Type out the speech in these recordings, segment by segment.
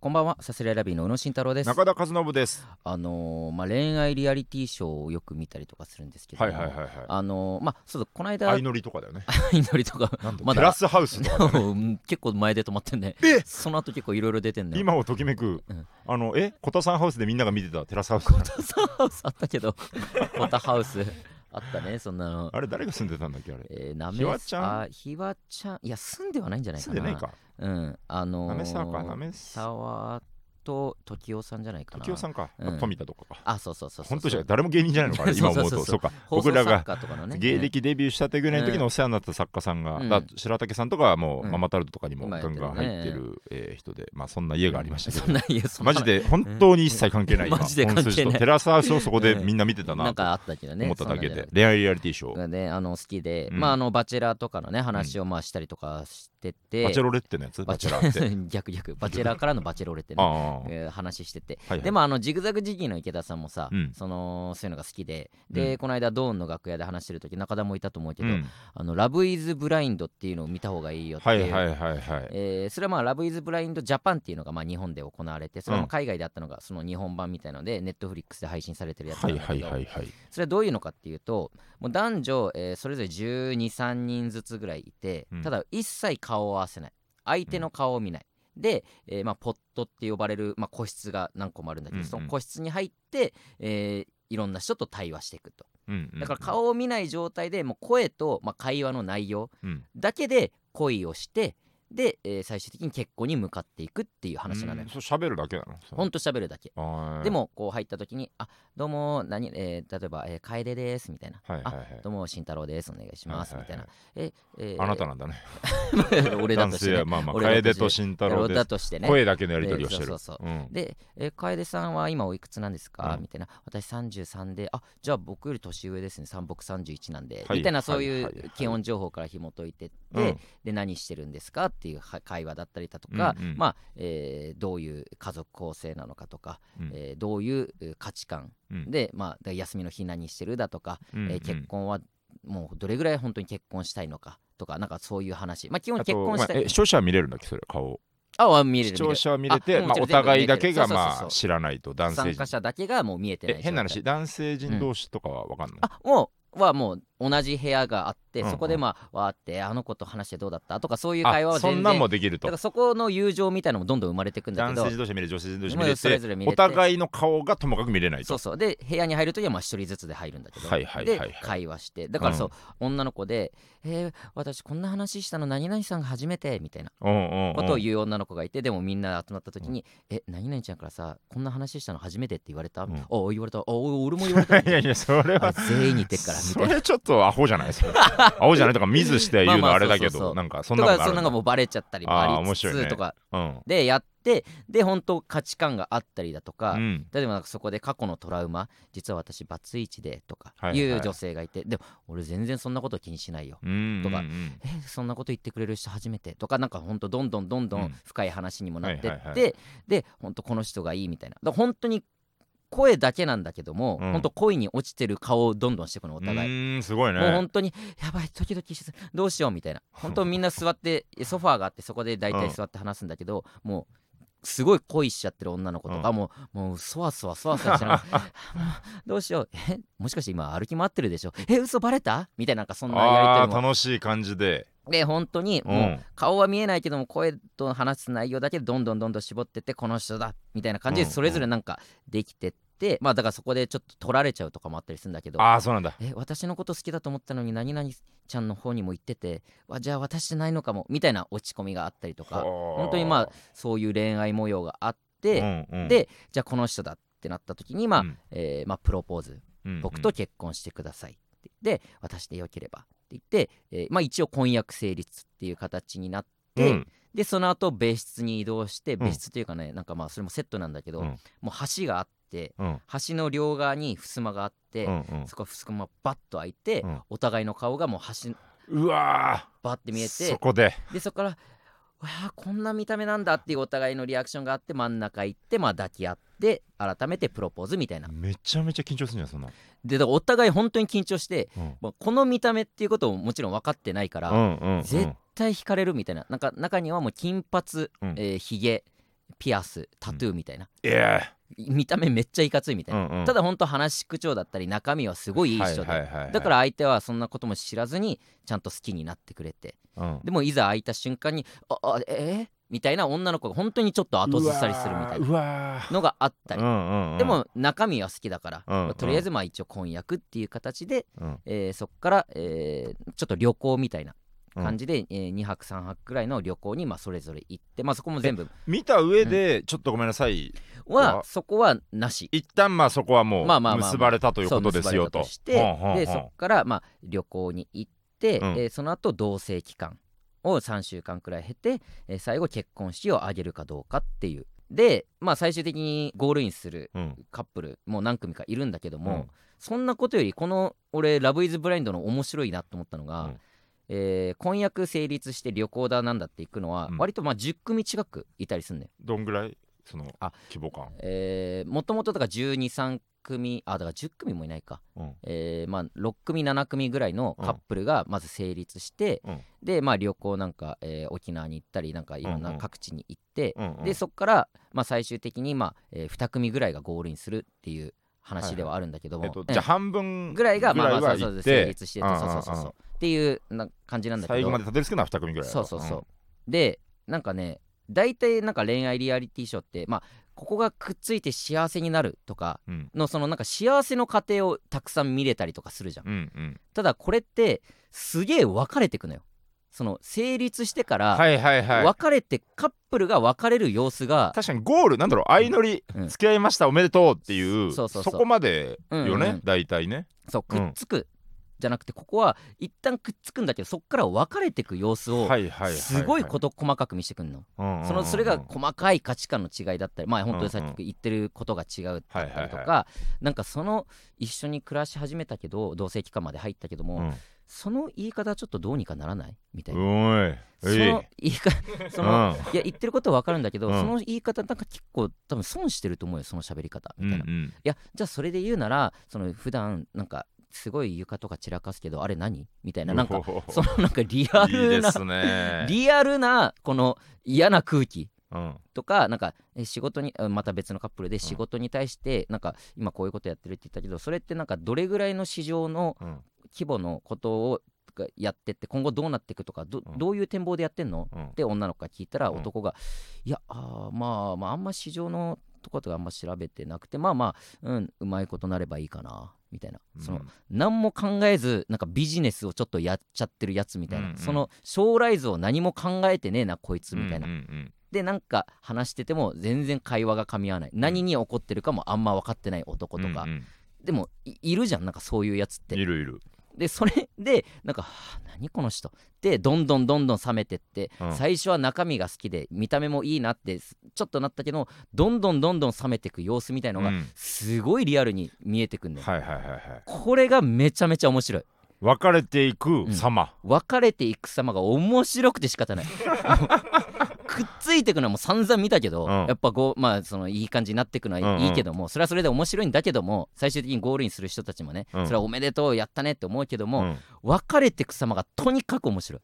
こんばんはサスレラビーの宇野慎太郎です中田和信です。あのーまあ恋愛リアリティショーをよく見たりとかするんですけどはもいはいはいはい。あのーまあそうだこの間相相乗りとかだよね。乗りと かなんだまだテラスハウスとかだよね。うん結構前で止まってんねえその後結構いろいろ出てん ね今をときめくうん、あの、え、コタさんハウスでみんなが見てたテラスハウス。 タハウスあったけどポタハウスあったねそんなのあれ、誰が住んでたんだっけ、あれ。えー、なめひわちゃんあひわちゃんいや住んではないんじゃないか住なんでないか。うんあのー、なめさわかなめさ沢と時雄さんじゃないかな時代さんかうん、富田とかか。あそうそうそうそう本当じゃ、誰も芸人じゃないのかな、 そう今そう思うそうと。そそううか。放送僕らが作家とかのね芸歴デビューしたてぐらいの時うんのお世話になった作家さんが、うんだ白竹さんとかはもう、うんママタルトとかにも今ガやってるンねガン入ってる、えー人で、まあそんな家がありましたけどそん。な家そんなマジで本当に一切関係ない、うん今マジで関係ない本筋とテラスハウスをそこでみんな見てたななんとかあったけどね思っただけそんなでの恋愛リアリティショーがねあの好きで、うんまああのバチェラーとかのね話をまあしたりとかしてて、バチェロレッテのやつバチェラバーチって。ェ 逆逆バチェラーからのバチェロレってね、あえーあ。話してて、はいはいでもあのジグザグ時期の池田さんもさ、うんそのそういうのが好きでうんで、この間ドーンの楽屋で話してる時中田もいたと思うけうど、ん、あのラブイズブラインドっていうのを見た方がいいよって、はいいうはいはいはい。えーそれはまあラブイズブラインドジャパンっていうのがまあ日本で行われてそれはまあ海外であったのがその日本版みたいのでネットフリックスで配信されてるやつはなんいだけど、はいはいはい。それはどういうのかっていうともう男女、えーそれぞれ1 2 3人ずつぐらいいて、うんただ一切顔を合わせない相手の顔を見ない、で、えーまあ、ポットって呼ばれる、まあ、個室が何個もあるんだけど、うんうんその個室に入って、えーいろんな人と対話していくとうんうんだから、顔を見ない状態でもう声と、まあ、会話の内容うん、だけで恋をしてで、えー最終的に結婚に向かっていくっていう話なのよ、うんそう喋るだけなのほんと喋るだけあーで、もこう入った時に「あどうも何、えー例えば、えー、楓です」みたいな「はいはいはいあどうも慎太郎ですお願いします」はみいたはいいなはい「ええーあなたなんだね。 俺だとして、男性ねは、まあまあ、俺だとして楓と慎太郎俺でだす。としてね声だけのやり取りをしてる。えーそうそううんで、えー楓さんは今おいくつなんですか、うんみたいな私33であじゃあ僕より年上ですね3僕31なんで、はいみたいなそういはいはいはうい基本情報から紐解いてって、うんで何してるんですかっていうは会話だったりだとか、うんうんまあえーどういう家族構成なのかとか、うんえーどういうえー価値観うんで、まあ、で休みの日何してるだとか、うんえー結婚はもうどれぐらい本当に結婚したいのかとかなんかそういう話、まあ、基本結婚しあたとまあいえ視聴者は見れるんだっけ、それ、顔を。ああ見れる視見れ聴る者は見れて、あもまあ、ちろん全お部互いだけが、そうそうそうそうまあ、知らないと、男性参加人。者だけがもう見えてないえ、状態変な話、男性人同士とかは分かんない。あもうはもう同じ部屋があって、うんうんそこでまあわーってあの子と話してどうだったとかそういう会話は全そ然んなんもできるだとから。そこの友情みたいなのもどんどん生まれていくんだけ男ど性自動車見れる女性自動車まあそれぞれ見見れれててお互いの顔がともかく見れないそとうそうで部屋に入るときはまあ一人ずつで入るんだけど、はいはいはいはいで会話してだからそう、女の子で「えー、私こんな話したの何々さんが初めて」みたいなうんうんうんことを言う女の子がいて、でもみんな集まった時に「え何々ちゃんからさこんな話したの初めて」って言われた、うんあ言われたあお俺も言われたみ いたいやないやそれあは全員に言ってっからみそたいな。れちょっとアホじゃないです かアホじゃないとか見ずして言うまあのまああれだそけうそうそどうなんかそんとなかのがあそんるなんのがだもうバレちゃったりもあーあり面つ白いつねとかうんでやってで本当価値観があったりだとか、うん例えばなんかそこで過去のトラウマ実は私バツイチでとかはいはいいはうい女性がいて、でも俺全然そんなこと気にしないよ、うんうんとかうんえそんなこと言ってくれる人初めてとかなんかほんとどんどんどんどうんん深い話にもなってって、はいはいはでほんとこの人がいいみたいなだから本当に声だけなんだけども、うんほんと恋に落ちてる顔をどんどんしてくのおう互い。ーんすごいもうね本当にやばいドキドキしてどうしようみた いな本当みんな座ってソファーがあってそこで大体座って話すんだけど、もうすごい恋しちゃってる女の子とか、うんもうもうそわそわそわそわしてなが らはあもうどうしようえもしかして今歩き回ってるでしょえ嘘バレたみたいななんかそんなやありーとりも楽しい感じでで本当にうもうん顔は見えないけども声と話す内容だけどんどんどんどん絞ってってこの人だみたいな感じでうんそれぞれなんかできてって、まあだからそこでちょっと取られちゃうとかもあったりするんだけどああそうなんだえ私のこと好きだと思ったのに何々ちゃんの方にも行っててわじゃあ私じゃないのかもみたいな落ち込みがあったりとか本本当にまあそういう恋愛模様があって、でじゃあこの人だってなった時にまあ、えーまあ、プロポーズ僕と結婚してくださいって言って、私でよければって言って、えーまあ、一応婚約成立っていう形になって、でその後別室に移動してん別室というかね、なんかまあそれもセットなんだけど、うんもう橋があって橋の両側に襖があって、そこ襖がバッと開いて、うんお互いの顔がもう端うわバッて見えーてそこででそこから「わあこんな見た目なんだ」っていうお互いのリアクションがあって真ん中行ってまあ抱き合って改めてプロポーズみたいなめちゃめちゃ緊張するんじゃんそんなでだからお互い本当に緊張して、うんまあこの見た目っていうことをもちろん分かってないから、うんうんうん絶対惹かれるみたいななんか中にはもう金髪、うんえー、ひげピアスタトゥーみたいな、いや見た目めっちゃいかついみたいな、たただほんと話口調だったり中身はすごいいい人で、だから相手はそんなことも知らずにちゃんと好きになってくれてらでもいざ会いた瞬間に「ああえーみたいな女の子が本当にちょっと後ずさりするみたいなうわーのがあったうりんうんうんでも中身は好きだから、うんまあとりあえずまあ一応婚約っていう形で、うんえーそっから、えーちょっと旅行みたいな感じじで、え2泊3泊くらいの旅行にまあそれぞれ行って、まあ、そこも全部見た上でちょっとごめんなさいはそこはなし。一旦まあそこはもまあまあうまあまあ結ばれたということですよそう結ばれたとして、ほんほんほんでそこからまあ旅行に行って、うんえーその後同棲期間を3週間くらい経て、えー最後結婚式を挙げるかどうかっていうで、まあ、最終的にゴールインするうんカップルもう何組かいるんだけども、うんそんなことよりこの俺「ラブイズブラインドの面白いなと思ったのが、うんえー婚約成立して旅行だなんだって行くのは、うん割とまあ10組近くいたりすんねんどんぐらいそのあ規模感えー、もともとだから123組あだから10組もいないか、うんえーまあ、6組7組ぐらいのカップルがまず成立して、うんで、まあ、旅行なんか、えー沖縄に行ったりなんかいろんうなんうん各地に行って、うんうんでそこから、まあ、最終的に、まあえ2組ぐらいがゴールインするっていう話ではあるんだけども、えっとうんじゃあ半分ぐらいがまあまあはそうそうそ行うって成立しててうんうんそうそうそうそうっていうな感じなんだけど最後までたどり着くのは2組ぐらいだそうそうそう、でなんかね大体なんか恋愛リアリティショーってまあここがくっついて幸せになるとかうんのそのなんか幸せの過程をたくさん見れたりとかするじゃんうんうんただこれってすげえ分かれてくのよその成立してからはいはいはい別れてカップルが別れる様子が、確かにゴールなんだろう相乗りうん付き合いましたおめでとうっていうそそそううそうこまでようんうねん大体ねそうくっつく、じゃなくてここは一旦くっつくんだけどそっから別れてく様子をはいはいはすごいこと細かく見せてくんのそののそれが細かい価値観の違いだったりまあ本当にさっき言ってることが違うだったりとはいはいかなんかその一緒に暮らし始めたけど同棲期間まで入ったけども、うんその言い方ちょっとどうにかならないみたいな、おいその言い 方その、うんいや言ってることは分かるんだけど、うんその言い方なんか結構多分損してると思うよその喋り方みたいな、ういんうんやじゃあそれで言うならその普段なんかすごい床とか散らかすけどあれ何みたいななんかおおそのなんかリアいル いなですねリアルなこの嫌な空気うんとかなんかえ仕事にあまた別のカップルで仕事に対してなんか今こういうことやってるって言ったけどそれってなんかどれぐらいの市場のうん規模のことをがやってって今後どうなっていくとかどうんどういう展望でやってんのうんって女の子が聞いたらうん男が「いやあーまあまああんま市場のとことかあんま調べてなくてまあまあうんうまいことなればいいかな」みたいなその何も考えずなんかビジネスをちょっとやっちゃってるやつみたいうんうなんその将来像何も考えてねえなこいつみたいなうんうんでなんか話してても全然会話が噛み合わない何に怒ってるかもあんま分かってない男うんとか、うんうんでもいいるじゃんなんかそういうやつっているいるでそれでなんかはあ何この人でどんどんどんどん冷めてって、うん最初は中身が好きで見た目もいいなってすちょっとなったけどどんどんどんどん冷めてく様子みたいのがうんすごいリアルに見えてくんだよ、はいはいはいはいこれがめちゃめちゃ面白い別れていく様別れていく様が面白くて仕 方ないもうくっついてくのはもう散々見たけど、うんやっぱこうまあそのいい感じになってくのうんうはんいいけども、それはそれで面白いんだけども最終的にゴールインする人たちもね、うんそれはおめでとうやったねって思うけども、うん別れていく様がとにかく面白い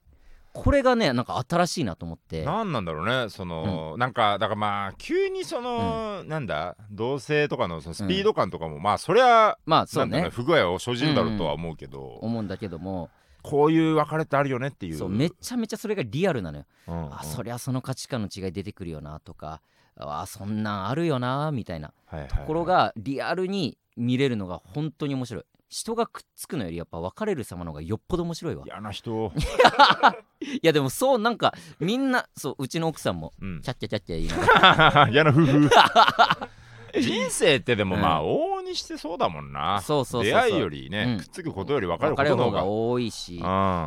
これがねなんか新しいなと思ってなんなんだろうねその、なんかだからまあ急にその、なんだ同性とかのそのスピード感とかも、まあそりゃまあそなうんだろうねね不具合を生じるだろうとは思うけど、思うんだけどもこういう別れってあるよねっていうそうめちゃめちゃそれがリアルなのよ、うんうんあそりゃその価値観の違い出てくるよなとかあそんなんあるよなみたいなはいはいところがリアルに見れるのが本当に面白い人がくっつくのよりやっぱ別れる様の方がよっぽど面白いわいや嫌な 人、でもそうなんかみんなそううちの奥さんもうん キ、ャッキャキャッキャ言いながら嫌な夫 婦人生ってでもまあ、う往々にして そうだもんなそうそうそうそう出会いよりね、うんくっつくことより別れるこ別れとる方の方がが多いしうん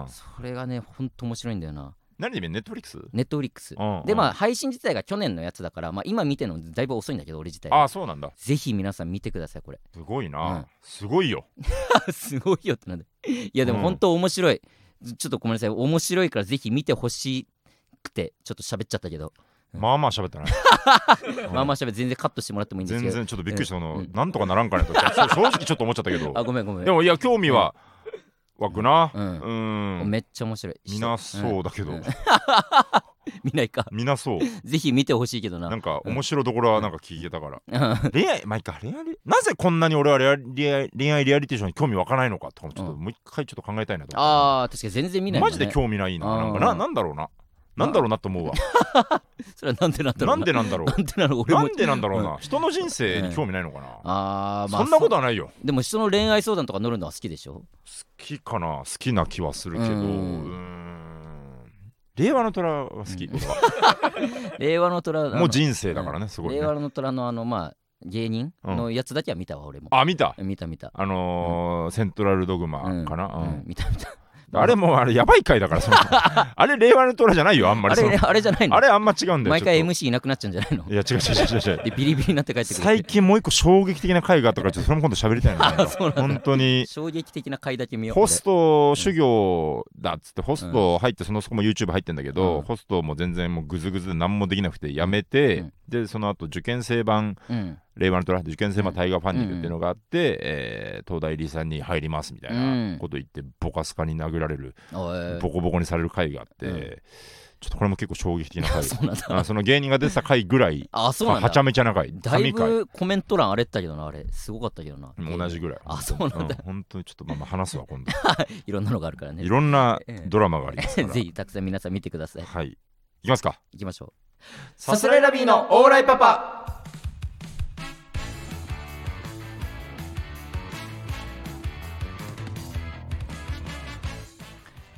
それがねほんと面白いんだよな何で見るネットフリックスネットフリックスうんうんでまあ配信自体が去年のやつだから、まあ、今見てるのだいぶ遅いんだけど俺自体あはあそうなんだぜひ皆さん見てくださいこれすごいな、うんすごいよ すごいよってなんでいやでも本当面白い、ちょっとごめんなさい面白いからぜひ見てほしくてちょっと喋っちゃったけど、まあまあ喋っ たなまあまあ喋全然カットしてもらってもいいんですけど全然ちょっとびっくりしたの、うんなんとかならん かねとそう正直ちょっと思っちゃったけどあごめんごめんでもいや興味は湧くなううんん、めっちゃ面白いみなそうだけど、うんうん見ないかみ なそうぜひ見てほしいけどななんか面白どころはなんか聞けたから、うん、恋愛まあいいか恋愛なぜこんなに俺は恋愛恋愛リアリティションに興味湧かないのかとかもちょっともう一回ちょっと考えたいなと、うん、あ確かに全然見ない、ね、マジで興味ないななんかななんだろうななんだろうなと思 うわそれはなんでなんだろうなんでな んだろうなんでなんだろうな人の人生に興味ないのかな、あ、まあそんなことはないよでも人の恋愛相談とか乗るのは好きでしょ好きかな好きな気はするけど令和の虎は好き、うん、令和の虎 もう人生だからね、すごい、ね、令和の虎のあのまあ芸人のやつだけは見たわ俺も、あ見た見た見た、あのーうん、セントラルドグマかな、うん見た見たあれもあれやばい回だから あれ令和の虎じゃないよあんまりあれあれじゃないのあれあんま違うんだよ毎回 MC いなくなっちゃうんじゃないのいや違う違う違う違 うでビリビリになって帰ってくる最近もう一個衝撃的な回があったからちょっとそれも今度喋りたい な本当に衝撃的な回だけ見ようホスト修行だっつってホスト入ってそのそこも YouTube 入ってんだけど、うん、ホストも全然もうグズグズで何もできなくてやめて、うん、でその後受験生版、うん令和のトラフ受験生はタイガーファンディングっていうのがあって、うんうん、えー、東大理さんに入りますみたいなこと言って、ボカスカに殴られる、うん、ボコボコにされる回があって、うん、ちょっとこれも結構衝撃的な 回そその芸人が出た回ぐらいあそうなんはちゃめちゃな回だいぶコメント欄荒れたけどなあれすごかったけどな同じぐらいあそうなんだ、うん、本当にちょっとまあまあ話すわ 今度いろんなのがあるからねいろんなドラマがあります ぜひたくさん皆さん見てくださいはいいきますかいきましょうさすらいラビーのオーライパパ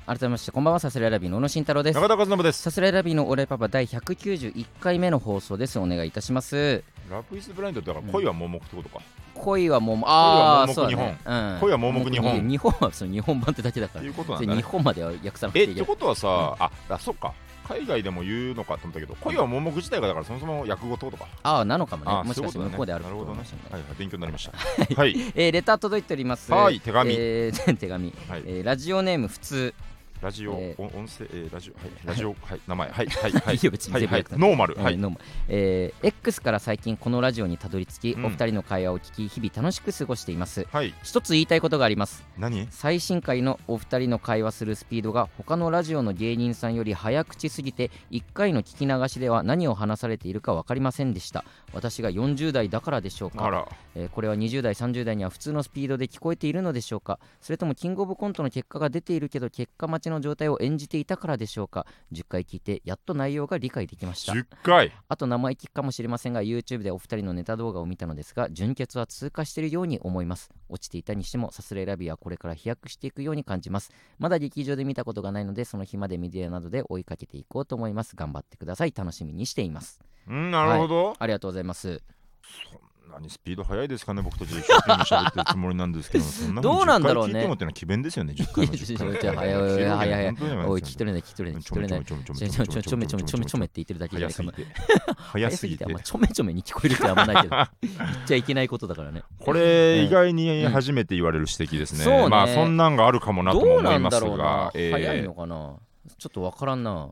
改めましてこんばんはさすらいラビーの小野慎太郎です中田和信ですさすらいラビーのオレパパ第191回目の放送ですお願いいたしますラブイズブラインドだから恋は盲目ってことか、、うん、恋は盲目ああそうね、うん、恋は盲目日本日本はその日本版ってだけだからいうことなんだ、ね、日本までは訳さなくていいえってことはさ、うん、ああそっか海外でも言うのかと思ったけど、恋は盲目自体がだからそもそも訳語とか。ああ、なのかもね。もしかして向こうであるかもしれない。はい、勉強になりました。 はい、えー、レター届いております。はい、手紙。えー、 手紙、はい、えー、ラジオネーム普通。ラジオ、えー、音声、えー、ラジオ、はい、ラジオ、はい、名前、はい、は い、はい、はいはい、ノーマル、はい、ノーマル。えー、X から最近このラジオにたどり着き、うん、お二人の会話を聞き、日々楽しく過ごしています。はい。一つ言いたいことがあります。何？最新回のお二人の会話するスピードが他のラジオの芸人さんより早口すぎて、一回の聞き流しでは何を話されているかわかりませんでした。私が40代だからでしょうか。あら。えー、これは20代、30代には普通のスピードで聞こえているのでしょうか。それともキングオブコントの結果が出ているけど結果待ちの状態を演じていたからでしょうか10回聞いてやっと内容が理解できました10回あと生意気かもしれませんが YouTube でお二人のネタ動画を見たのですが純潔は通過しているように思います落ちていたにしてもさすらいラビはこれから飛躍していくように感じますまだ劇場で見たことがないのでその日までメディアなどで追いかけていこうと思います頑張ってください楽しみにしていますうんなるほど、はい、ありがとうございます何スピード速いですかね、僕たち一生懸命喋ってるつもりなんですけど、そんなどうなんだろうね。聞いてもってのは奇弁ですよね、10回も10回も。早い早い早い。おい、聞き取れない、聞き取れない、聞き取れない。ちょめちょめちょめちょめちょめちょめって言ってるだけじゃないかも。早すぎて。ちょめちょめに聞こえるってあんまない けど、言っちゃいけないことだからね。これ、意外に初めて言われる指摘ですね。まあ、そんなんがあるかもなと思いますが。早いのかなちょっとわからんな。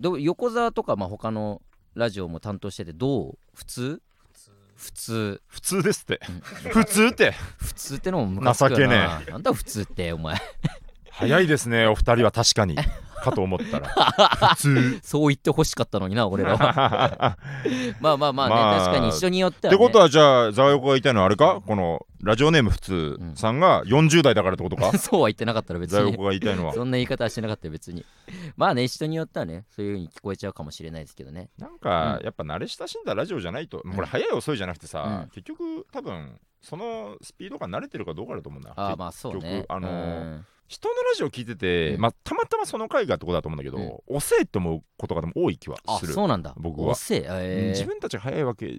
横澤とか、まあ他のラジオも担当してて、どう普通普通普通ですって、うん、普通って普通ってのも情けねえなんだ普通ってお前 早いですねお二人は確かにかと思ったら普通そう言ってほしかったのにな俺 らはまあまあまあね、まあ、確かに一緒によっては、ね、ってことはじゃあザワヨコが言いたいのはあれかこのラジオネーム普通さんが40代だからってことか、うん、 そうは言ってなかったら別にザヨコが言いたいのはそんな言い方はしてなかったよ別に まあね人によってはねそういう風に聞こえちゃうかもしれないですけどねなんか、うん、やっぱ慣れ親しんだラジオじゃないと、うん、これ早い遅いじゃなくてさ、結局多分そのスピード感慣れてるかどうかだと思うんだあまあそうねあのー人のラジオ聞いてて、まあ、たまたまその回がってことだと思うんだけど、う遅えって思うことがでも多い気はするそうなんだ僕は遅ええー、自分たち早いわけ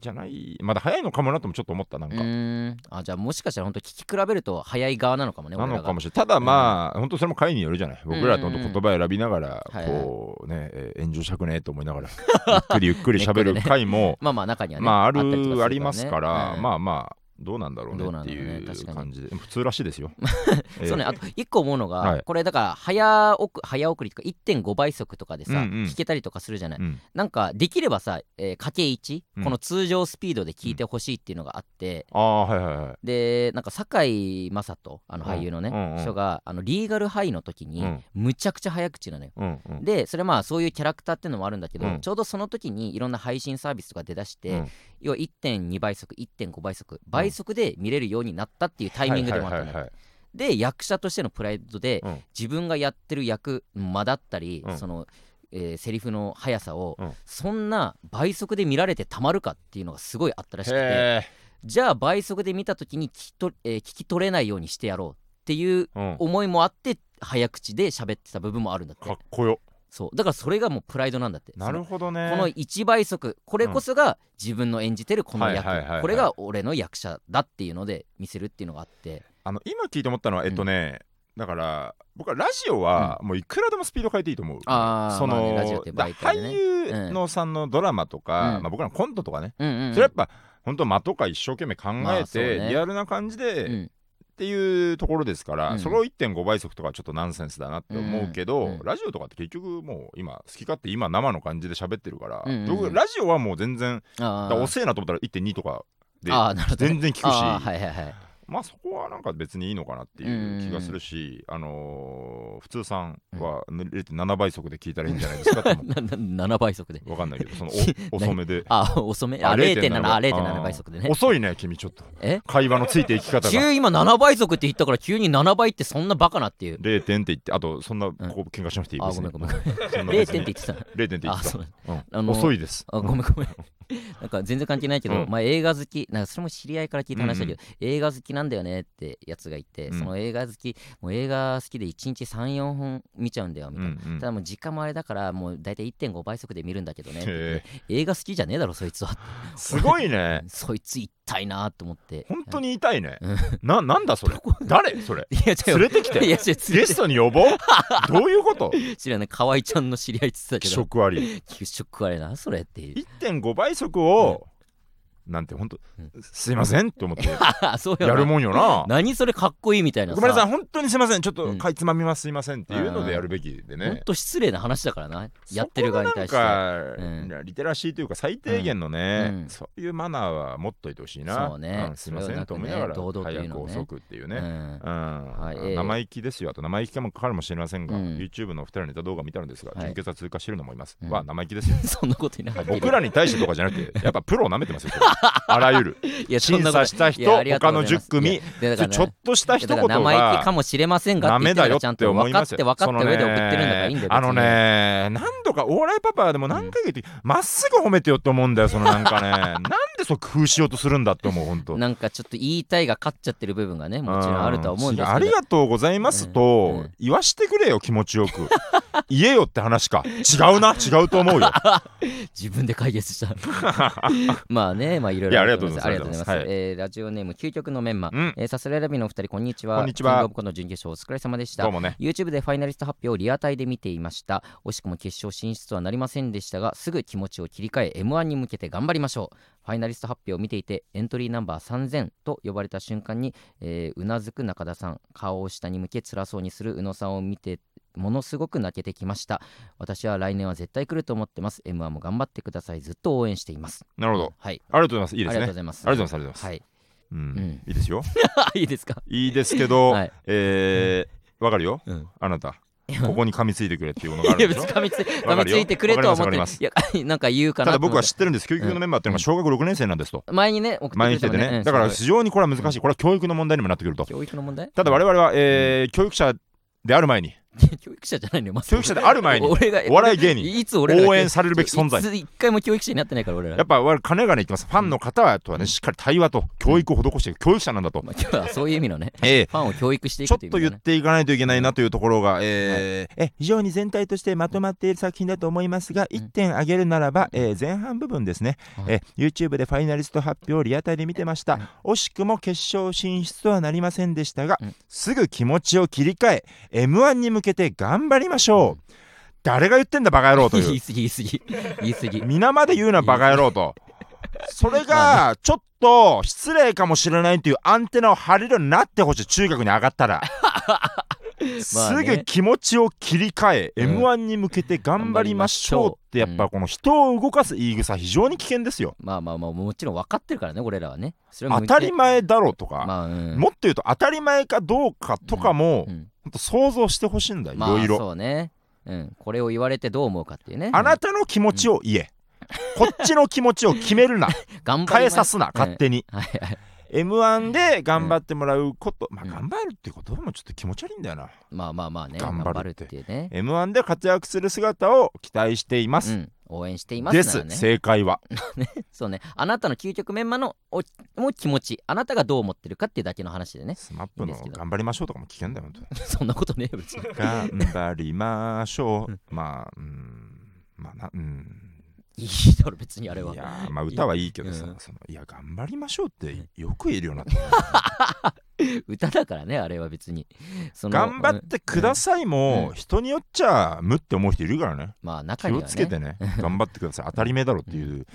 じゃないまだ早いのかもなともちょっと思ったなんかんあじゃあもしかしたら本当聞き比べると早い側なのかもねなのかもしれないただまあ、うん、本当それも回によるじゃない僕らと言葉選びながら、うんうん、こうね、えー、炎上したくねえと思いながら ゆっくりゆっくり喋る回も、まあまあ中にはねまああるありますから、まあまあどうなんだろうねっていう感じで、普通らしいですよ。 そうね、あと1個思うのが、これだから早送早送りとか1.5倍速とかでさ、聞けたりとかするじゃない、なんかできればさ、えー、かけ1、この通常スピードで聞いてほしいっていうのがあって、ああはいはいはいでなんか堺雅人あの俳優のね、人があのリーガルハイの時に、むちゃくちゃ早口なのよ、でそれまあそういうキャラクターっていうのもあるんだけど、ちょうどその時にいろんな配信サービスとか出だして、要は1.2倍速1.5倍速倍速で見れるようになったっていうタイミングでもあったのよ。で役者としてのプライドで、自分がやってる役間だったり、その、えー、セリフの速さを、そんな倍速で見られてたまるかっていうのがすごいあったらしくてじゃあ倍速で見た時に聞きと、えー、聞き取れないようにしてやろうっていう思いもあって、早口で喋ってた部分もあるんだってかっこよそうだからそれがもうプライドなんだってなるほどねこの1倍速これこそが自分の演じてるこの役、これが俺の役者だっていうので見せるっていうのがあってあの今聞いて思ったのはえっとね、うん、だから僕はラジオはもういくらでもスピード変えていいと思う、うん、あその、ねね、俳優のさんのドラマとか、うん、まあ、僕らのコントとかね、それやっぱ本当間とか一生懸命考えて、ね、リアルな感じで、っていうところですから、うん、それを1.5倍速とかちょっとナンセンスだなって思うけど、うんうん、ラジオとかって結局もう今好き勝手今生の感じで喋ってるから、うんうん、僕ラジオはもう全然遅えなと思ったら1.2とかで全然聞くし、はいはい はい、まあそこはなんか別にいいのかなっていう気がするし、あのー、普通さんは0.7倍速で聞いたらいいんじゃないですかって思7倍速で 分かんないけどそのお遅めであ遅めあ0.7あ0.7倍速でね遅いね君ちょっと会話のついていき方が急今7倍速って言ったから急に7倍ってそんなバカなっていう0点って言ってあとそんなここ喧嘩しなくていいです、ね、うん、あごめんごめん0点って言ってた0点って言ってたあ、うん、遅いですあごめん ごめんなんか全然関係ないけど、うん、まあ映画好きなんかそれも知り合いから聞いた話だけど、うんうん、映画好きななんだよねってやつがいて、うん、その映画好きもう映画好きで1日34本見ちゃうんだよみたいな、うんうん、ただもう時間もあれだからもう大体1.5倍速で見るんだけどねね映画好きじゃねえだろそいつはすご いねそいつ痛いなと思って本当に痛いね、うん、ななんだそれ誰それいや連れてきていやゲストに呼ぼうどういうこと知らない河合ちゃんの知り合いって言ってたけどショックありショックありなそれって1.5倍速を、うんなんて本当、すいませんって思 ってやるもんよ な何それかっこいいみたいなごめんなさい本当にすいませんちょっとかいつまみますすいませんっていうのでやるべきでね、うん、本当失礼な話だからなやってる側に対してなんか、うん、リテラシーというか最低限のね、うん、そういうマナーは持っといてほしいなそうね、すいませんと思いながら堂々というの、ね、遅くっていうね、はい生意気ですよあと生意気かもかかるもしれませんが、YouTube のお二人のネタ動画見たのですが、準決は通過してると思います、は生意気ですよそん なこと言いな僕らに対してとかじゃなくてやっぱプロをなめてますよ あらゆるいや審査した人他の10組ちょっとした一言が生意気かもしれませんがダメだよちゃんと分かって分かった上で送ってるんだからいいんだよあのね何度かオーライパパでも何回か言ってまっすぐ褒めてよって思うんだよそのなんか ねなんでそう工夫しようとするんだって思う本当なんかちょっと言いたいが勝っちゃってる部分がねもちろんあるとは思うんですけどありがとうございますと言わしてくれよ気持ちよく 言えよって話か違うな違う と思うよ自分で解決した まあねまあいろいろありがとうございます。はえラジオネーム究極のメンマ、うえー、サスララビのお二人こんにちは。こんにちは。この準決勝お疲れ様でした。どうもね。 YouTube でファイナリスト発表をリアタイで見ていました。惜しくも決勝進出とはなりませんでしたが、すぐ気持ちを切り替え M1 に向けて頑張りましょう。ファイナリスト発表を見ていてエントリーナンバー3000と呼ばれた瞬間に、えー、うなずく中田さん顔を下に向け辛そうにする宇野さんを見てものすごく泣けてきました私は来年は絶対来ると思ってます M1 も頑張ってくださいずっと応援していますなるほど、はい、ありがとうございますいいですねありがとうございますありがとうございますはい、うん、 いいですよ いいですかいいですけど、 はえわかるよ、あなたここに噛みついてくれっていうのがあるんでしょ噛みついてくれとは思っていや なんか言うかなただ僕は知ってるんです教育のメンバーっていうのが小学6年生なんですと前にね前に来ててねだから非常にこれは難しいこれは教育の問題にもなってくると教育の問題ただ我々は、えー教育者である前に 教育者じゃないのよ、ま、教育者である 前にお笑い芸人いつ俺応援されるべき存在一回も教育者になってないから俺らやっぱ我金がねいきますファンの方はとはね、しっかり対話と教育を施して教育者なんだと、まあ、今日はそういう意味のね、えー、ファンを教育していくちょっと言っていかないといけないなというところが、えーえ非常に全体としてまとまっている作品だと思いますが、う1点挙げるならば、えー、前半部分ですね、えー、YouTube でファイナリスト発表をリアタイで見てました、惜しくも決勝進出とはなりませんでしたが、すぐ気持ちを切り替え M1 に向けて頑張りましょう誰が言ってんだバカ野郎という 言い過ぎ言い過ぎ言い過ぎ 皆まで言うなバカ野郎とそれがちょっと失礼かもしれないっていうアンテナを張れるようになってほしい中学に上がっ たらすぐ気持ちを切り替え、うん m 1に向けて頑張りましょうってやっぱこの人を動かす言い草非常に危険ですよまあまあまあもちろん分かってるからね俺らはねそれは当向いてたり前だろうとかまあうんもっと言うと当たり前かどうかとかもうんほんと想像してほしいんだいまあろいろそうねうんこれを言われてどう思うかっていうねあなたの気持ちを 言えこっちの気持ちを決めるなうん頑張り変えまさすすな勝手にはいはい m 1で頑張ってもらうことまあうん頑張るってこともちょっと気持ち悪いんだよなまあまあまあね頑頑張張るるっってていうね m 1で活躍する姿を期待していまうすん応援していますでなすらね正解はそうねあなたの究極メンマのおも気持ちあなたがどう思ってるかっていうだけの話 でねスマッいいプんでのすけど頑張りましょうとかも危険だよ本 当にそんなことねえ別に頑張りましょう。まあ、うん、まあな、うん。いいだろ別にあれはいやー、まあ歌はいいけどさ、うんそのいや、頑張りましょうってよくいる よなと。歌だからねあれは別にその頑張ってくださいも、うん人によっちゃ無って思う人いるからね。まあ中気にはをねつけてね、頑張ってください。当たり前だろっていう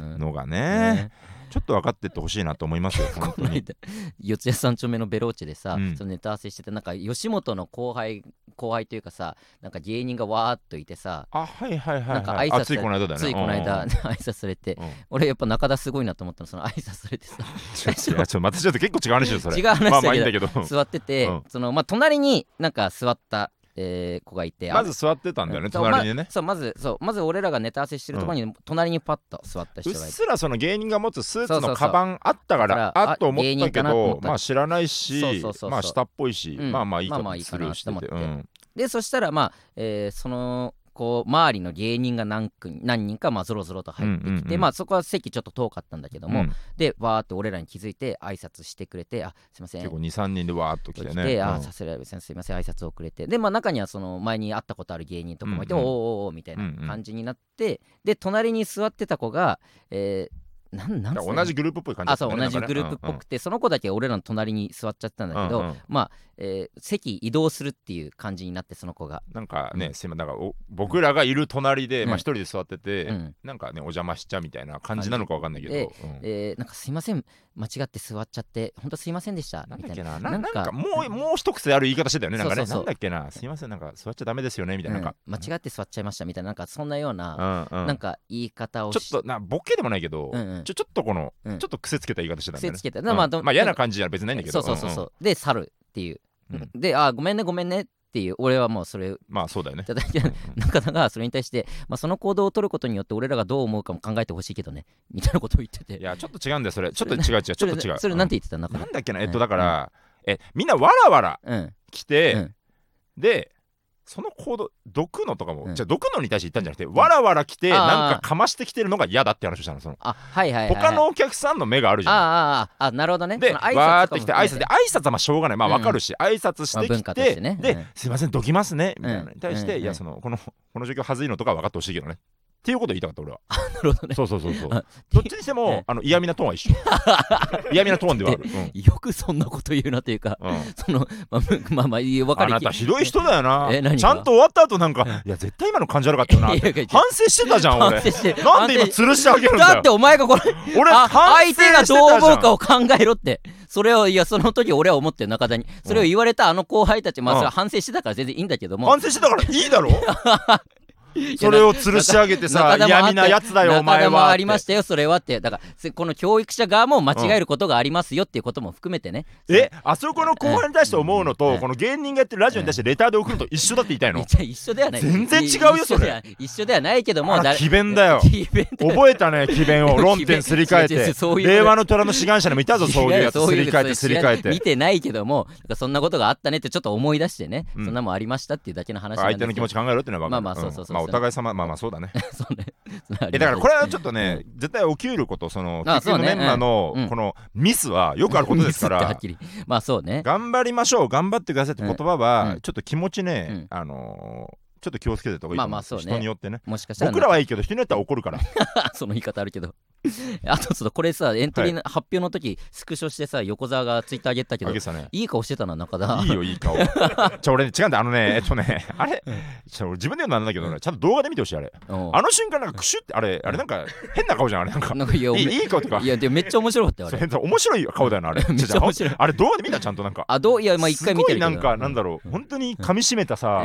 うんのがねね、ちょっと分かってってほしいなと思 いますよ、本こ当のに。間四谷三丁目のベローチェでさ、うんそのネタ合わせしててなんか吉本の後輩後輩というかさなんか芸人がわーっといてさあ、はいはいは、ないんかは挨い。拶あついこの間だよね。ついこの間うん挨拶されてうん俺やっぱ中田すごいなと思ったのその挨拶されてさちょっといやちょっとまたちょっと結構違う話よ、そ れ。違う話だけどまあまあいいんだけど。座ってて、うんそのまあ隣になんか座った、えー子がいてまず座ってたんだよね、隣にねま。そうまずそうまず俺らがネタ合わせしてるところに、隣にパッと座ったうっ人がいてすらその芸人が持つスーツそうそのうそうカバンあったかだらからあっと思っあ芸た人けかなと思どったまあ知らないそうしそうそうそうまあ下っぽいしうんまあまあいいかまあまあといいスかルなーしててと思うってんでそしたらまあ、えーそのこう周りの芸人が何組何人かまあぞろぞろと入ってきて、うんうんうんまあそこは席ちょっと遠かったんだけども、うんでわーって俺らに気づいて挨拶してくれてあすいません結構23人でわーっと来来ててねあうーんさすらい先生すいません挨拶をくれてでまあ中にはその前に会ったことある芸人とかもいて、うんうんおーおーおーみたいうんうんな感じになって、で隣に座ってた子がえー、なんなんだつかったら同らいじいのグループっぽい感じあそう同じグループっぽくて、その子だけ俺らの隣に座っちゃってたんだけど、うんうんまあ、えー席移動するっていう感じになってその子が、なんかうねすいませんなんかお僕らがいる隣でまあうん一人で座ってうてん、なんかねお邪魔しちゃうみたいな感じなのかわかんないけどでうんえーなんかすいません間違って座っちゃって本当すいませんでしたなんみただっいけななななんなんかかもうもう一癖ある言い方してたよねなんかねそうそうなそんうだっけなすいませんなんか座っちゃダメですよねみたいななんかうん間違って座っちゃいましたみたいななんかそんなような、うんうんなんか言い方をちしょっとなボケでもないけど、うんうんちょちょっとこの、うんちょっと癖つけた言い方してたんだよね癖つけたうんまあままああど嫌な感じじゃ別にないんだけどそうそうそうそう、んんで去るっていう、うんであーごめんねごめんねっていう俺はもうそれいまあそうだよねただいて、 うん中田がそれに対して、まあ、その行動を取ることによって俺らがどう思うかも考えてほしいけどね みたいなことを言ってていやちょっと違うんだよそれちょっと違う違うちょっと違うそれそれなんて言ってたうん中な田んだっけなえっとだから、えみんなわらわらうん来て、うんでその行動毒のとかも、うんじゃあ毒のに対して言ったんじゃなくて、わらわら来てあーなんかかましてきてるのが嫌だって話をしたのそのあはいはいはい、はい、他のお客さんの目があるじゃん、あああああなるほどねで、そわの挨拶ーっとかて来もて、挨拶で、挨拶はまあしょうがない、まあうんうんわかるし、挨拶してまあき文化とて、してねうでん、すいません、どきますね、みたいなのうにん対して、うんいや、その、この、この状況はずいのとかは分かってほしいけどね。っていうことを言いたかった、俺は。 なるほどねそうそうそうそう。あどっちにし てうもん、あの、嫌味なトーン は一緒。嫌味なトーンではある。うんよくそんなこと言うなというか、うんその、まあ、むまあ、まあ、いいわかあるなたひどい人だよな。え何がちゃんと終わった後なんか、いや、絶対今の感じ悪かったよないっやていやいや。反省してたじゃん、俺反。省してなんで今反省吊るしてあげるんだだっよて。お前がこれ俺、あ反省相して手がたどじうゃん。思うかを考えろってそれをいやその時俺は思ってる中田にそれを言われたあの後輩たちまあうんそれは反省してたから全然いいんだけども反省してたからいいだろそれを吊るし上げてさ中田も嫌味なあってやつだよお前中田もはありましたよそれはってだからせこの教育者側も間違えることがありますよっていうことも含めてねえあそこの後輩に対して思うのと、うんこの芸人がやってるラジオに対してレターで送るのと一緒だって言いたいいやのじゃあ一緒ではない全然違うよい一緒それでは一緒ではないけどもあ誰詭弁 だよ詭弁だよ覚えたね詭弁を論点すり替違えう違う違うそうていうこと令和の虎の志願者でもいたぞそういうや違つすそういりう替えてすり替えそういう見ててないけどもなんかそんなことがあったねってちょっと思い出してね、うんそんなもんありましたっていうだけの話なんで相す手の気持ちち考えろってのは分かるまあまあそうそうそうんまあお互い様まあまあそうだねそうね そんなありますえだからこれはちょっとね絶対起きることそのあ結局のそうメねンバーのうんこのミスはよくあることですミかスってはらっきりまあそうね頑張りましょう頑張ってくださいって言葉は、うんちょっと気持ちね、うんあのーちょっと気をつけてた方がいいと思います、まあまあそうね人によってねもしかしたら 僕らはいいけど人によっては怒るからその言い方あるけどあとちょっとこれさエントリーの発表の時、スクショしてさ横澤がツイッター上げたけどあげてたねいい顔してたな中田いいよい い顔ちょ俺ね違うんだあのねえっとねあれちょ俺自分で言うのなんだけど俺ちゃんと動画で見てほしいあれうんあの瞬間なんかクシュってあれあれなんか変な顔じゃんあれなんかなんかいやおいめいいい顔とかいやでもめっちゃ面白かったよあそうれ変な面白い顔だよなあれ めっちゃ面白い違う違うあれ動画で見たちゃんとなんかあどういやまあ一回見てるけどすごいなんかなんだろう本当に噛み締めたさ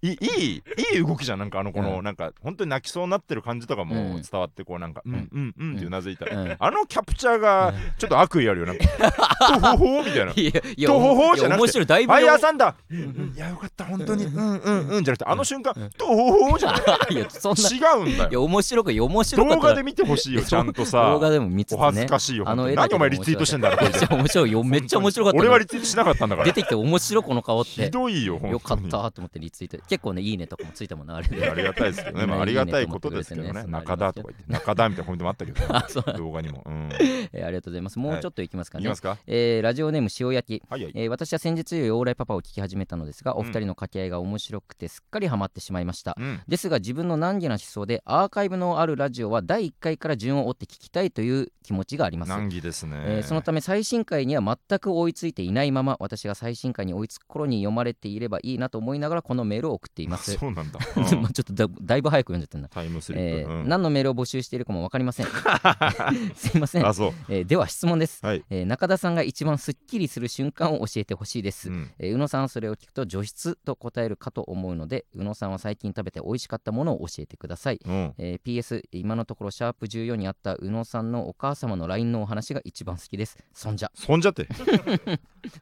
いいいいい動きじゃんなんかあのこうのなんか本当に泣きそうになってる感じとかうもん伝わってこうなんかうんうんうんってうなずいたうんあのキャプチャーがちょっと悪意あるよなんかとほほみたいな。いやいやとほほじゃないやくて面白いだいフぶァイヤーサンダー、うんうんいやよかった本当にうんうんうんじゃなくてあの瞬間とほほじゃないいやそんない違うんだよや面白くいや面白かった動画で見てほしいよちゃんとさ動画でも見つつねお恥ずかしいよあの絵本当に何お前リツイートしてんだろろ面白いよめっちゃ面白かったよ俺はリツイートしなかったんだから出てきて面白いこの顔っひてどいよ本当によかったと思ってリツイート結構ねいいねとかもついたもんなあれいやあでりがたいですけ どね、まあ、ありがたいことですけどね中田とか言って中田みたいなコメントもあったけど、 あそう動画にも、うん、えーありがとうございますもうちょっといきますかいねきますかえーラジオネーム塩焼きはいはいえー私は先日よりオーライパパを聞き始めたのですがお二う人の掛け合いが面白くてすっかりハマってしまいました、うんですが自分の難儀な思想でアーカイブのあるラジオは第1回から順を追って聞きたいという気持ちがあります、難儀ですね、えーそのため最新回には全く追いついていないまま私が最新回に追いつく頃に読まれていればいいなと思いながらこのメールを送ってい ますそうなんだ、うんまあちょっとだだいぶ早く読んじゃったんだ、タイムスリップ、えーうん何のメールを募集しているかも分かりませ んすいませんあそうえーでは質問です、はいえー中田さんが一番すっきりする瞬間を教えてほしいです、うんえー宇野さんはそれを聞くと除湿と答えるかと思うので宇野さんは最近食べて美味しかったものを教えてください、うんえー PS 今のところシャープ14にあった宇野さんのお母様の LINE のお話が一番好きですそんじゃそんじゃって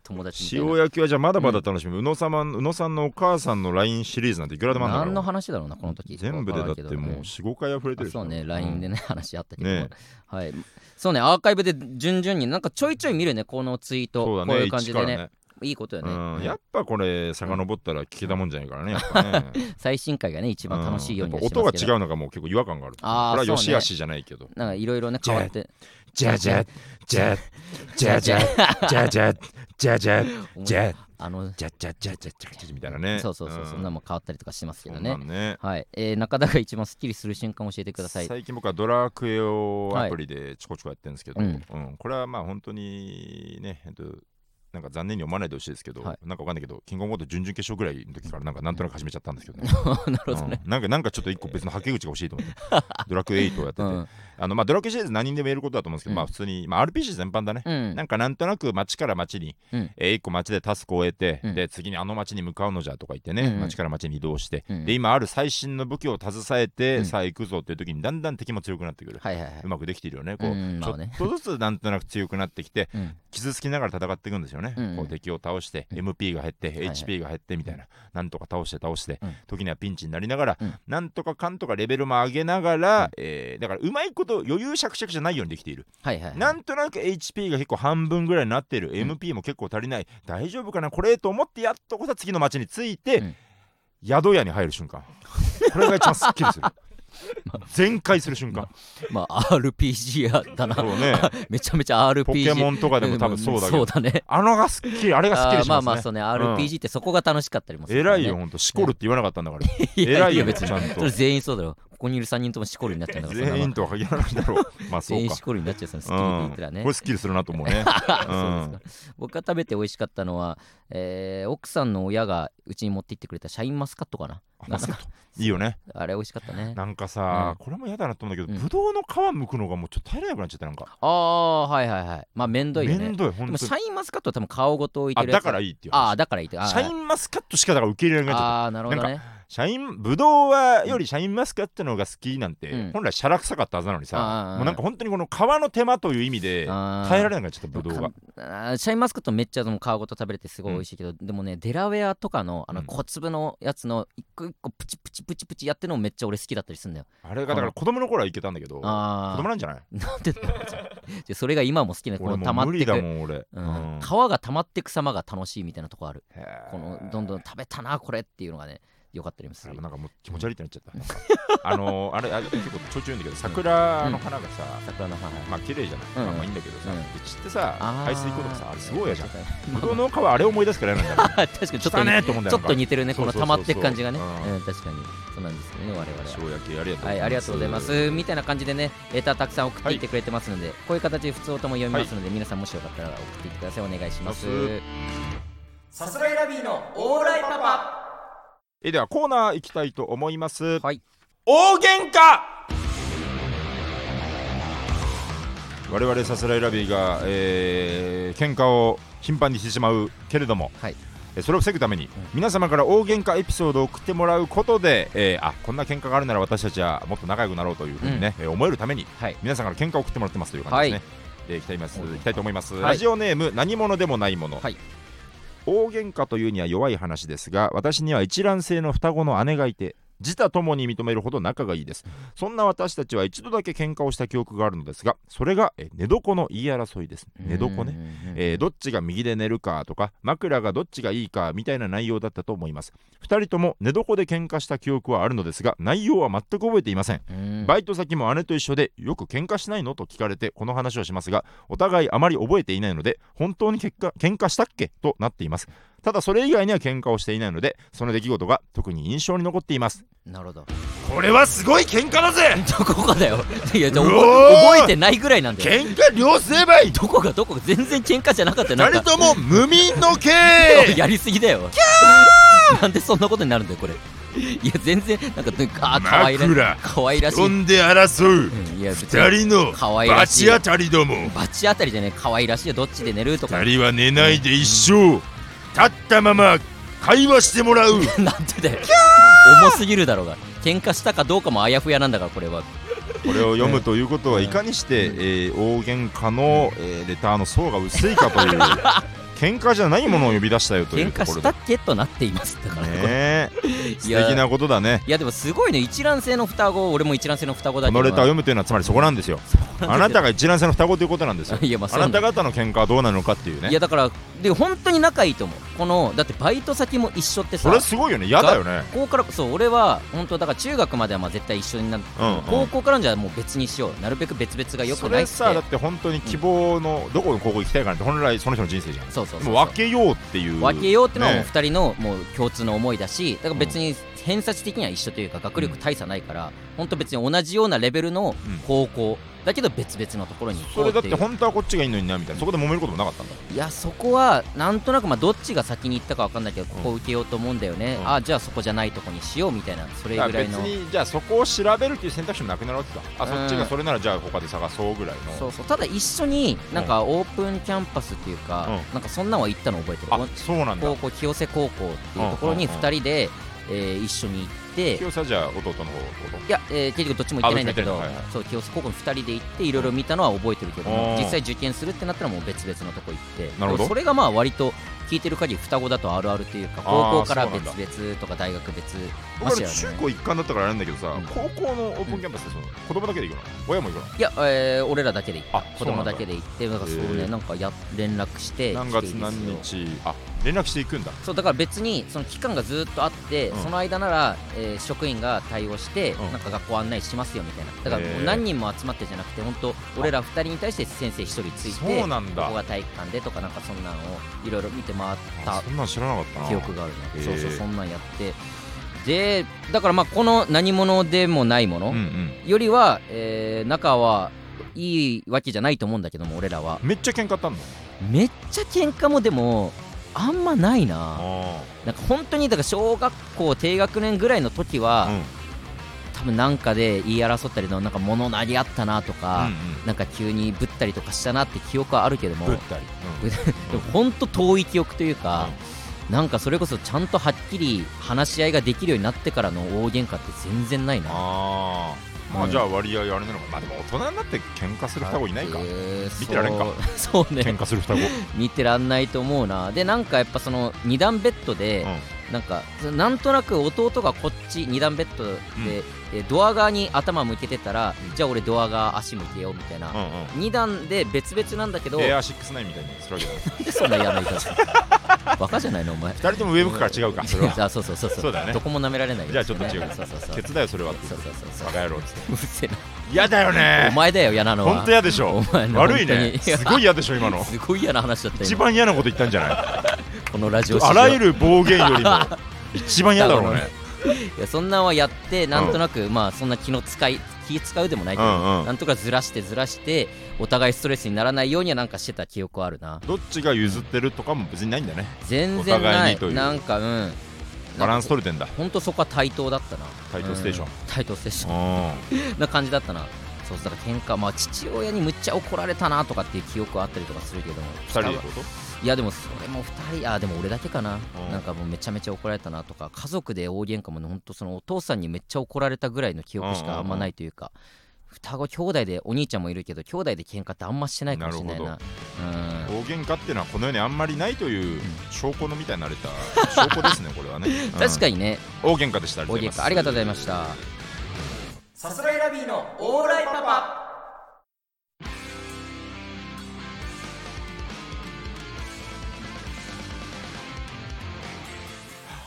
友達みたいな塩焼きはじゃあまだまだ楽しみ、宇野様宇野さんのお母さんの LINE シリーズなんていくらでもあるんだろ何うの話だろうなこの時全部でだっわてからんけどもう45回溢れてあるそうね LINE でね、ね、話あったけど、ねはいそうねアーカイブで順々になんかちょいちょい見るねこのツイートそうだこうねいう感じでね一からねいいことよね、うん、やっぱこれ遡ったら聞けたもんじゃないからねやっぱ ね最新回がね一番楽しいようにんはやしってぱ音まがすけど、違うのがもう結構違和感があるあーこれはよそうしねあしじゃないけどなんかいろいろね変わってじゃじゃじゃじゃじゃじゃじゃじゃじゃじゃあのじゃじゃじゃじゃじゃみたいなねそうそうそう、そんなもん変わったりとかしてますけどねそんなんねはい、えー、中田が一番スッキリする瞬間教えてください最近僕はドラクエをアプリでちょこちょこやってるんですけど、はういんこれはまあ本当にね、えっと、なんか残念に思わないでほしいですけど、はいなんかわかんないけどキングオブコント準々決勝ぐらいの時からなんかなんとなく始めちゃったんですけどね、なるほどね、うんなんかなんかちょっと一個別の吐け口が欲しいと思ってドラクエ8をやってて、うんあのまあ、ドラクエシリーズ何人でも言えることだと思うんですけど、うんまあ普通に、まあ、RPG 全般だね、うんなんかなんとなく町から町に、うんえー一個町でタスクを終えて、うんで次にあの町に向かうのじゃとか言ってね、うんうん町から町に移動して、うんで今ある最新の武器を携えて、うんさあ行くぞっていう時にだんだん敵も強くなってくる、はいはいはいうまくできてるよねこう、うんちまょあねっとずつなんとなく強くなってきてうん傷つきながら戦っていくんですよね、うんうんこう敵を倒して、MP が減って、いはい HP が減ってみたいななんとか倒して倒して、うん時にはピンチになりながら、うんなんとかかんとかレベルも上げながら、えーだからうまいこと余裕しゃくしゃくじゃないようにできているはいはいはいなんとなく HP が結構半分ぐらいになってる、MP も結構足りない大丈夫かなこれと思ってやっとこそ次の町に着いて、うん宿屋に入る瞬間これが一番すっきり する全開する瞬間、まあ RPG やったなそうねめちゃめちゃ RPG ポケモンとかでも多分そうだけど、そうだねあのがすっきりあれがすっきありーしまあますねまあそうね RPG ってそこが楽しかったりもするか偉らね、いよほんとしこるって言わなかったんだからいや偉いいやよ別にちゃんそとれ全員そうだろここにいる3人ともしこりになっちゃうんだからそんな 全の員とは限らないだ ろうまあそ全う員かしこりになっ ちゃうそのスキうルで言っんたらね、これすっきりするなと思うそうねですか僕が食べて美味しかったのは、えー奥さんの親がうちに持って行ってくれたシャインマスカットかなあマスカットいいよねあれ美味しかったねなんかさ、これも嫌だなと思うんだけうど、んぶどうの皮剥くのがもうちょっと耐えられなくなっちゃってなんかああはいはいはいまあめんどいよめねんどいで本当もシにャインマスカットは多分顔ごと置いてあるやだつからいいっていうあ話あだからいいってあーシャインマスカットしかだから受け入れられなくなっちゃっあーなるほどねたシャインぶどうはよりシャインマスカットの方が好きなんて、うん本来シャラ臭かったはずなのにあさーもうなんか本当にこの皮の手間という意味であー耐えられなくなっちゃったぶどうがあーシャインマスカットめっちゃその皮ごと食べれてすごい美味しいけど、でもねデラウェアとかのあのうん小粒のやつの一個一個プチプチプチプチやってるのもめっちゃ俺好きだったりするんだよあれがだから子供の頃はいけたんだけど子あ供あなんじゃないなんでだろうじゃあでそれが今も好きなこ俺のも溜うまっ無て理だくもん俺、ううんん、皮が溜まってく様が楽しいみたいなとこあるへーこのどんどん食べたなこれっていうのがねよかったりもすあるもうなんかもう気持ち悪いってなっちゃったなんかあのー、あれあれ結構ちょいちょい言うんだけど桜の花がさ、桜の花まあ綺麗じゃない、うんまあまあいいんだけどさ、うんで散ってさあー排水溝とかさあれすごいやじゃん確ぶどうの皮あれ思い出すから嫌なんだろうかに確かにちょっと汚ねえと思うんだちょよっと似てるねこのそうそ溜うそまうそうってく感じがね、ううん、確かにそうなんですよ ね我々は塩焼きありがとうございます、はい、ありがとうございます。みたいな感じでね、レターたくさん送っていってくれてますので、こういう形で普通音も読みますので、皆さんもしよかったら送っていってください。お願いします。お願いさすらいラビーのオーライパパえではコーナー行きたいと思いますはい、大喧嘩我々さすらいラビーが、えー、喧嘩を頻繁にしてしまうけれども、はいえーそれを防ぐために、皆様から大喧嘩エピソードを送ってもらうことで、えーあこんな喧嘩があるなら私たちはもっと仲良くなろうというふうにね、えー思えるためにはい、皆さんから喧嘩を送ってもらってますという感じですね、えー行きたいます大喧嘩行きたいと思います、はいラジオネーム何者でもないもの、はい大喧嘩というには弱い話ですが私には一卵性の双子の姉がいて自他ともに認めるほど仲がいいですそんな私たちは一度だけ喧嘩をした記憶があるのですがそれがえー寝床の言い争いです寝床ねねえーどっちが右で寝るかとか枕がどっちがいいかみたいな内容だったと思います2人とも寝床で喧嘩した記憶はあるのですが内容は全く覚えていませんうんバイト先も姉と一緒でよく喧嘩しないのと聞かれてこの話をしますがお互いあまり覚えていないので本当に結果喧嘩したっけとなっていますただそれ以外には喧嘩をしていないのでその出来事が特に印象に残っていますなるほど。これはすごい喧嘩だぜどこかだよ。 いや、じゃあうおー覚え覚えてないぐらいなんだよ。喧嘩両成敗どこがどこが全然喧嘩じゃなかったよなんかとも無民の刑やりすぎだよ。 なんでそんなことになるんだよ、これ。いや、全然、なんか、あー、かわいら枕しい。かわいらしい。んで争ううんいや、別に人の可愛らしいたりどもバチ当たりじゃねえ、かわいらしいよ。どっちで寝るとか。人は寝ないで一生立ったまま会話してもらう なんでだよ重すぎるだろうが喧嘩したかどうかもあやふやなんだからこれはこれを読うむんということはうんいかにして、えー大喧嘩の、えーレターの層が薄いかという 喧嘩じゃないものを呼び出したよとい喧う嘩ところしでたっけとなっていますだから、これねえ素いや敵なことだねいやでもすごいね一卵性の双子俺も一卵性の双子だこけどのレターを読むというのはつまりそこなんですよあなたが一卵性の双子ということなんです よいやまあそあうななんだた方の喧嘩はどうなのかっていういねやだからで本当に仲いいと思うこのだってバイト先も一緒ってそされすごいよね嫌だよね高校からそう俺は本当だから中学まではまあ絶対一緒になる、うん、う高ん校からじゃもう別にしようなるべく別々がよくそないっれてさだって本当に希望の、どこの高校行きたいかなんて本来その人の人生じゃんそうそうそうでそうも分けようっていう分けようってのはもうね2人のもう共通の思いだしだから別に偏差値的には一緒というか学力大差ないから本当別に同じようなレベルの高校だけど別々のところに行そこうれだっっていてう本当はこっちがいいのになみたいなそこで揉めることもなかったんだいやそこはなんとなくまあどっちが先に行ったか分かんないけどここ受けようと思うんだよねうんあじゃあそこじゃないとこにしようみたいなそれだぐからいら別のにじゃあそこを調べるっていう選択肢もなくなるわけかあうんそっちがそれならじゃあ他で探そうぐらいそのうそうただ一緒になんかオープンキャンパスっていうかうなんかそんなんは行ったの覚えてるあそうなんだ高校清瀬高校っていうところに2人でえー一緒に行って清さじゃあ弟の方弟いや、えー結局どっちも行ってないんだけど、あどっちも行ってないはいはそう清瀬高校の2人で行っていろいろ見たのは覚えてるけども、うん実際受験するってなったらもう別々のとこ行ってなるほどでもそれがまあ割と聞いてる限り双子だとあるあるというかあー高校からそう別なんだ々とか大学別ま僕してらや中ね高一貫だったからあれなんだけどさうん高校のオープンキャンパスってその子供だけで行くの親も行くのいや、えー俺らだけで行ったあ子供だけで行ってなんかそうへねーなんかや連絡して何来ていいで月すよ何日あ連絡していくんだそうだから別にその期間がずっとあって、うんその間なら、えー職員が対応して、うんなんか学校案内しますよみたいなだからへーもう何人も集まってじゃなくて本当俺ら2人に対して先生1人ついてそうなんここだが体育館でとかなんかそんなのをいろいろ見て回っあたそんなん知らなかったな記憶があるへねーそうそうそんなんやってでだからまあこの何者でもないもの、うんうんよりは、えー仲はいいわけじゃないと思うんだけども俺らはめっちゃ喧嘩あったんだめっちゃ喧嘩もでもあんまないなあなんか本当にだから小学校低学年ぐらいの時は、あうんうん多分なんかで言い争ったりのなんか物投げ合ったなとか、うなんか急にぶったりとかしたなって記憶はあるけどもんぶったりうんでも本当遠い記憶というか、なんかそれこそちゃんとはっきり話し合いができるようになってからの大喧嘩って全然ないなああまうあんじゃあ割合あれなのかまあでも大人になって喧嘩する双子いないかえー見てられんかそう そう 喧ね嘩する双子見てらんないと思うなでなんかやっぱその2段ベッドで、なんかなんとなく弟がこっち2段ベッドで、えドア側に頭向けてたら、うんじゃあ俺ドア側足向けようみたいな、うんうんうん2段で別々なんだけど、エアー69みたいにするわけだなんでそんな嫌な言い方する バカじゃないのお前二人ともウェブから違うかそれはあ そうそうそうそうそうだねどこも舐められないじゃあちょっと違うそうそうそうケツだよそれはってそうそうそうそうバカ野郎っつってうるせえな嫌だよおね前だよ嫌なのは本当嫌でしょお前の悪い本当ねにすごい嫌でしょ 今のすごい嫌な話だったよ一番嫌なこと言ったんじゃないこのラジオ史上あらゆる暴言よりも 一番嫌だろうねいやそんなんはやってなんとなく、まあそんな気の使い気使うでもないけど、うんうんなんとかずらしてずらしてお互いストレスにならないようにはなんかしてた記憶はあるなどっちが譲ってるとかも別にないんだね全然お互ないにいというなんかうんバランス取れ てんだほんとそこは対等だったな対等ステーションうん対等ステーショうんンな感じだったなそうだから喧嘩まあ父親にむっちゃ怒られたなとかっていう記憶はあったりとかするけども二人でってこといやでもそれも2人あでも俺だけかなうんなんかもうめちゃめちゃ怒られたなとか家族で大喧嘩もねほんとそのお父さんにめっちゃ怒られたぐらいの記憶しかあんまないというか双子兄弟でお兄ちゃんもいるけど兄弟で喧嘩ってあんましてないかもしれないななうん暴言化っていうのはこの世にあんまりないという証拠のみたいになれた 証拠ですねこれはね 確かににね大喧嘩でした大喧嘩ありがとうございましたたさすらいラビーのオーライパパ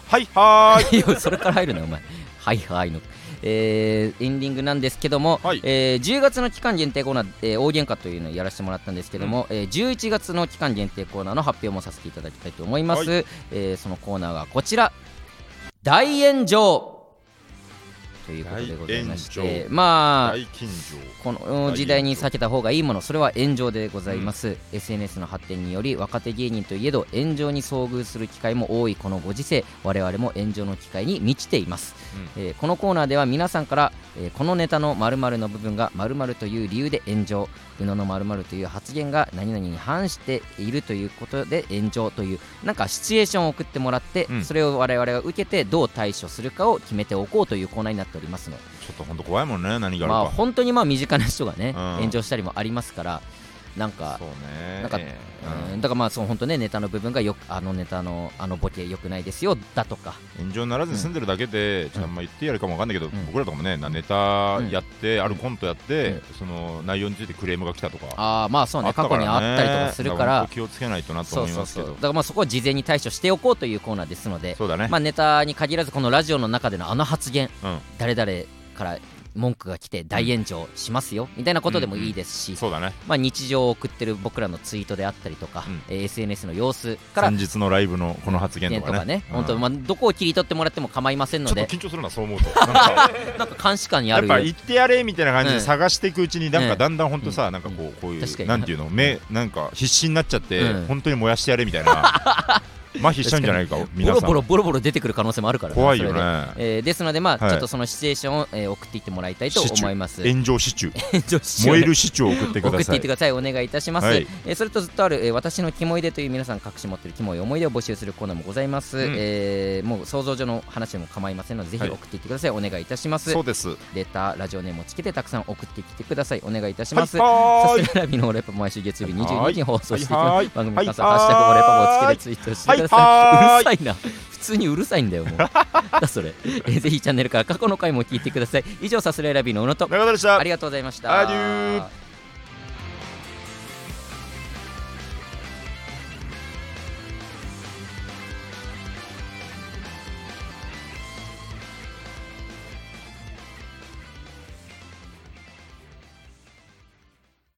はいは ーいいやそれから入るなよお前はいはいのえーエンディングなんですけども、はいえー10月の期間限定コーナー、えー大喧嘩というのをやらせてもらったんですけども、えー11月の期間限定コーナーの発表もさせていただきたいと思います、はえーそのコーナーがこちら大炎上ということでございまし大炎て上まあ大近所この時代に避けた方がいいものそれは炎上でございます、SNS の発展により若手芸人といえど炎上に遭遇する機会も多いこのご時世我々も炎上の機会に満ちています、えーこのコーナーでは皆さんから、えーこのネタの〇〇の部分が〇〇という理由で炎上宇野の〇〇という発言が何々に反しているということで炎上というなんかシチュエーションを送ってもらって、うんそれを我々が受けてどう対処するかを決めておこうというコーナーになっておりますのでちょっと本当怖いもんね何がまあある本当にまあ身近な人がね、うん炎上したりもありますからなんかかそうねなんかうんうんだからまあその本当ねネタの部分がよくあのネタのあのボケ良くないですよだとか炎上にならずに住んでるだけで、ちょっとあんま言ってやるかもわかんないけど、ん僕らとかもねなネタやって、あるコントやって、うんその内容についてクレームが来たとかああまあそうねった過去にあったりとかするから本当気をつけないとなとそう思いそまうすけそうどそうだからまあそこは事前に対処しておこうというコーナーですので、だね、まあネタに限らずこのラジオの中でのあの発言うん誰々から文句が来て大炎上しますよ、みたいなことでもいいですし、そうだねまあ、日常を送ってる僕らのツイートであったりとか、うんえー SNS の様子から先日のライブのこの発言とかねうん本当、まあ、どこを切り取ってもらっても構いませんのちょっでと緊張するなそう思うとなん かなんか監視官にあやっるぱ行ってやれみたいな感じうでん探していくうちになんうかんだんだん本当さ、うんなんかこうこうい確かうになんていうの目なんか必死になっちゃって、うん本当に燃やしてやれみたい な麻痺しちゃうんじゃないかボ皆ロさんボロボロボロ出てくる可能性もあるからね怖いよそれでねえーですので、まあはいちょっとそのシチュエーションを、えー送っていってもらいたいとシチュ思います。 炎上シチュー女子をね燃えるシチューを送ってく 送っだてさいいってくださいお願いいたします、はいえーそれとずっとある、えー私のキモいでという皆さん隠し持ってるキモい思い出を募集するコーナーもございます、うんえーもう想像上の話でも構いませんのでぜひはい送っていってください、お願いいたしますそうですレターラジオネームをつけてたくさん送ってきてくださいお願いいたします、さはいはーいすがラビのオレパも毎週月曜日22時に放送していきはまいはいす。番組の感想、はいハッシュタグオレパもをつけてツイートしてくださ。はいうるいさいな。普通にうるさいんだよ、 もう。なんだそれ。えーぜひチャンネルから過去の回も聞いてください。以上、さすらいラビの小野と、中田でしたありがとうございました。アデュー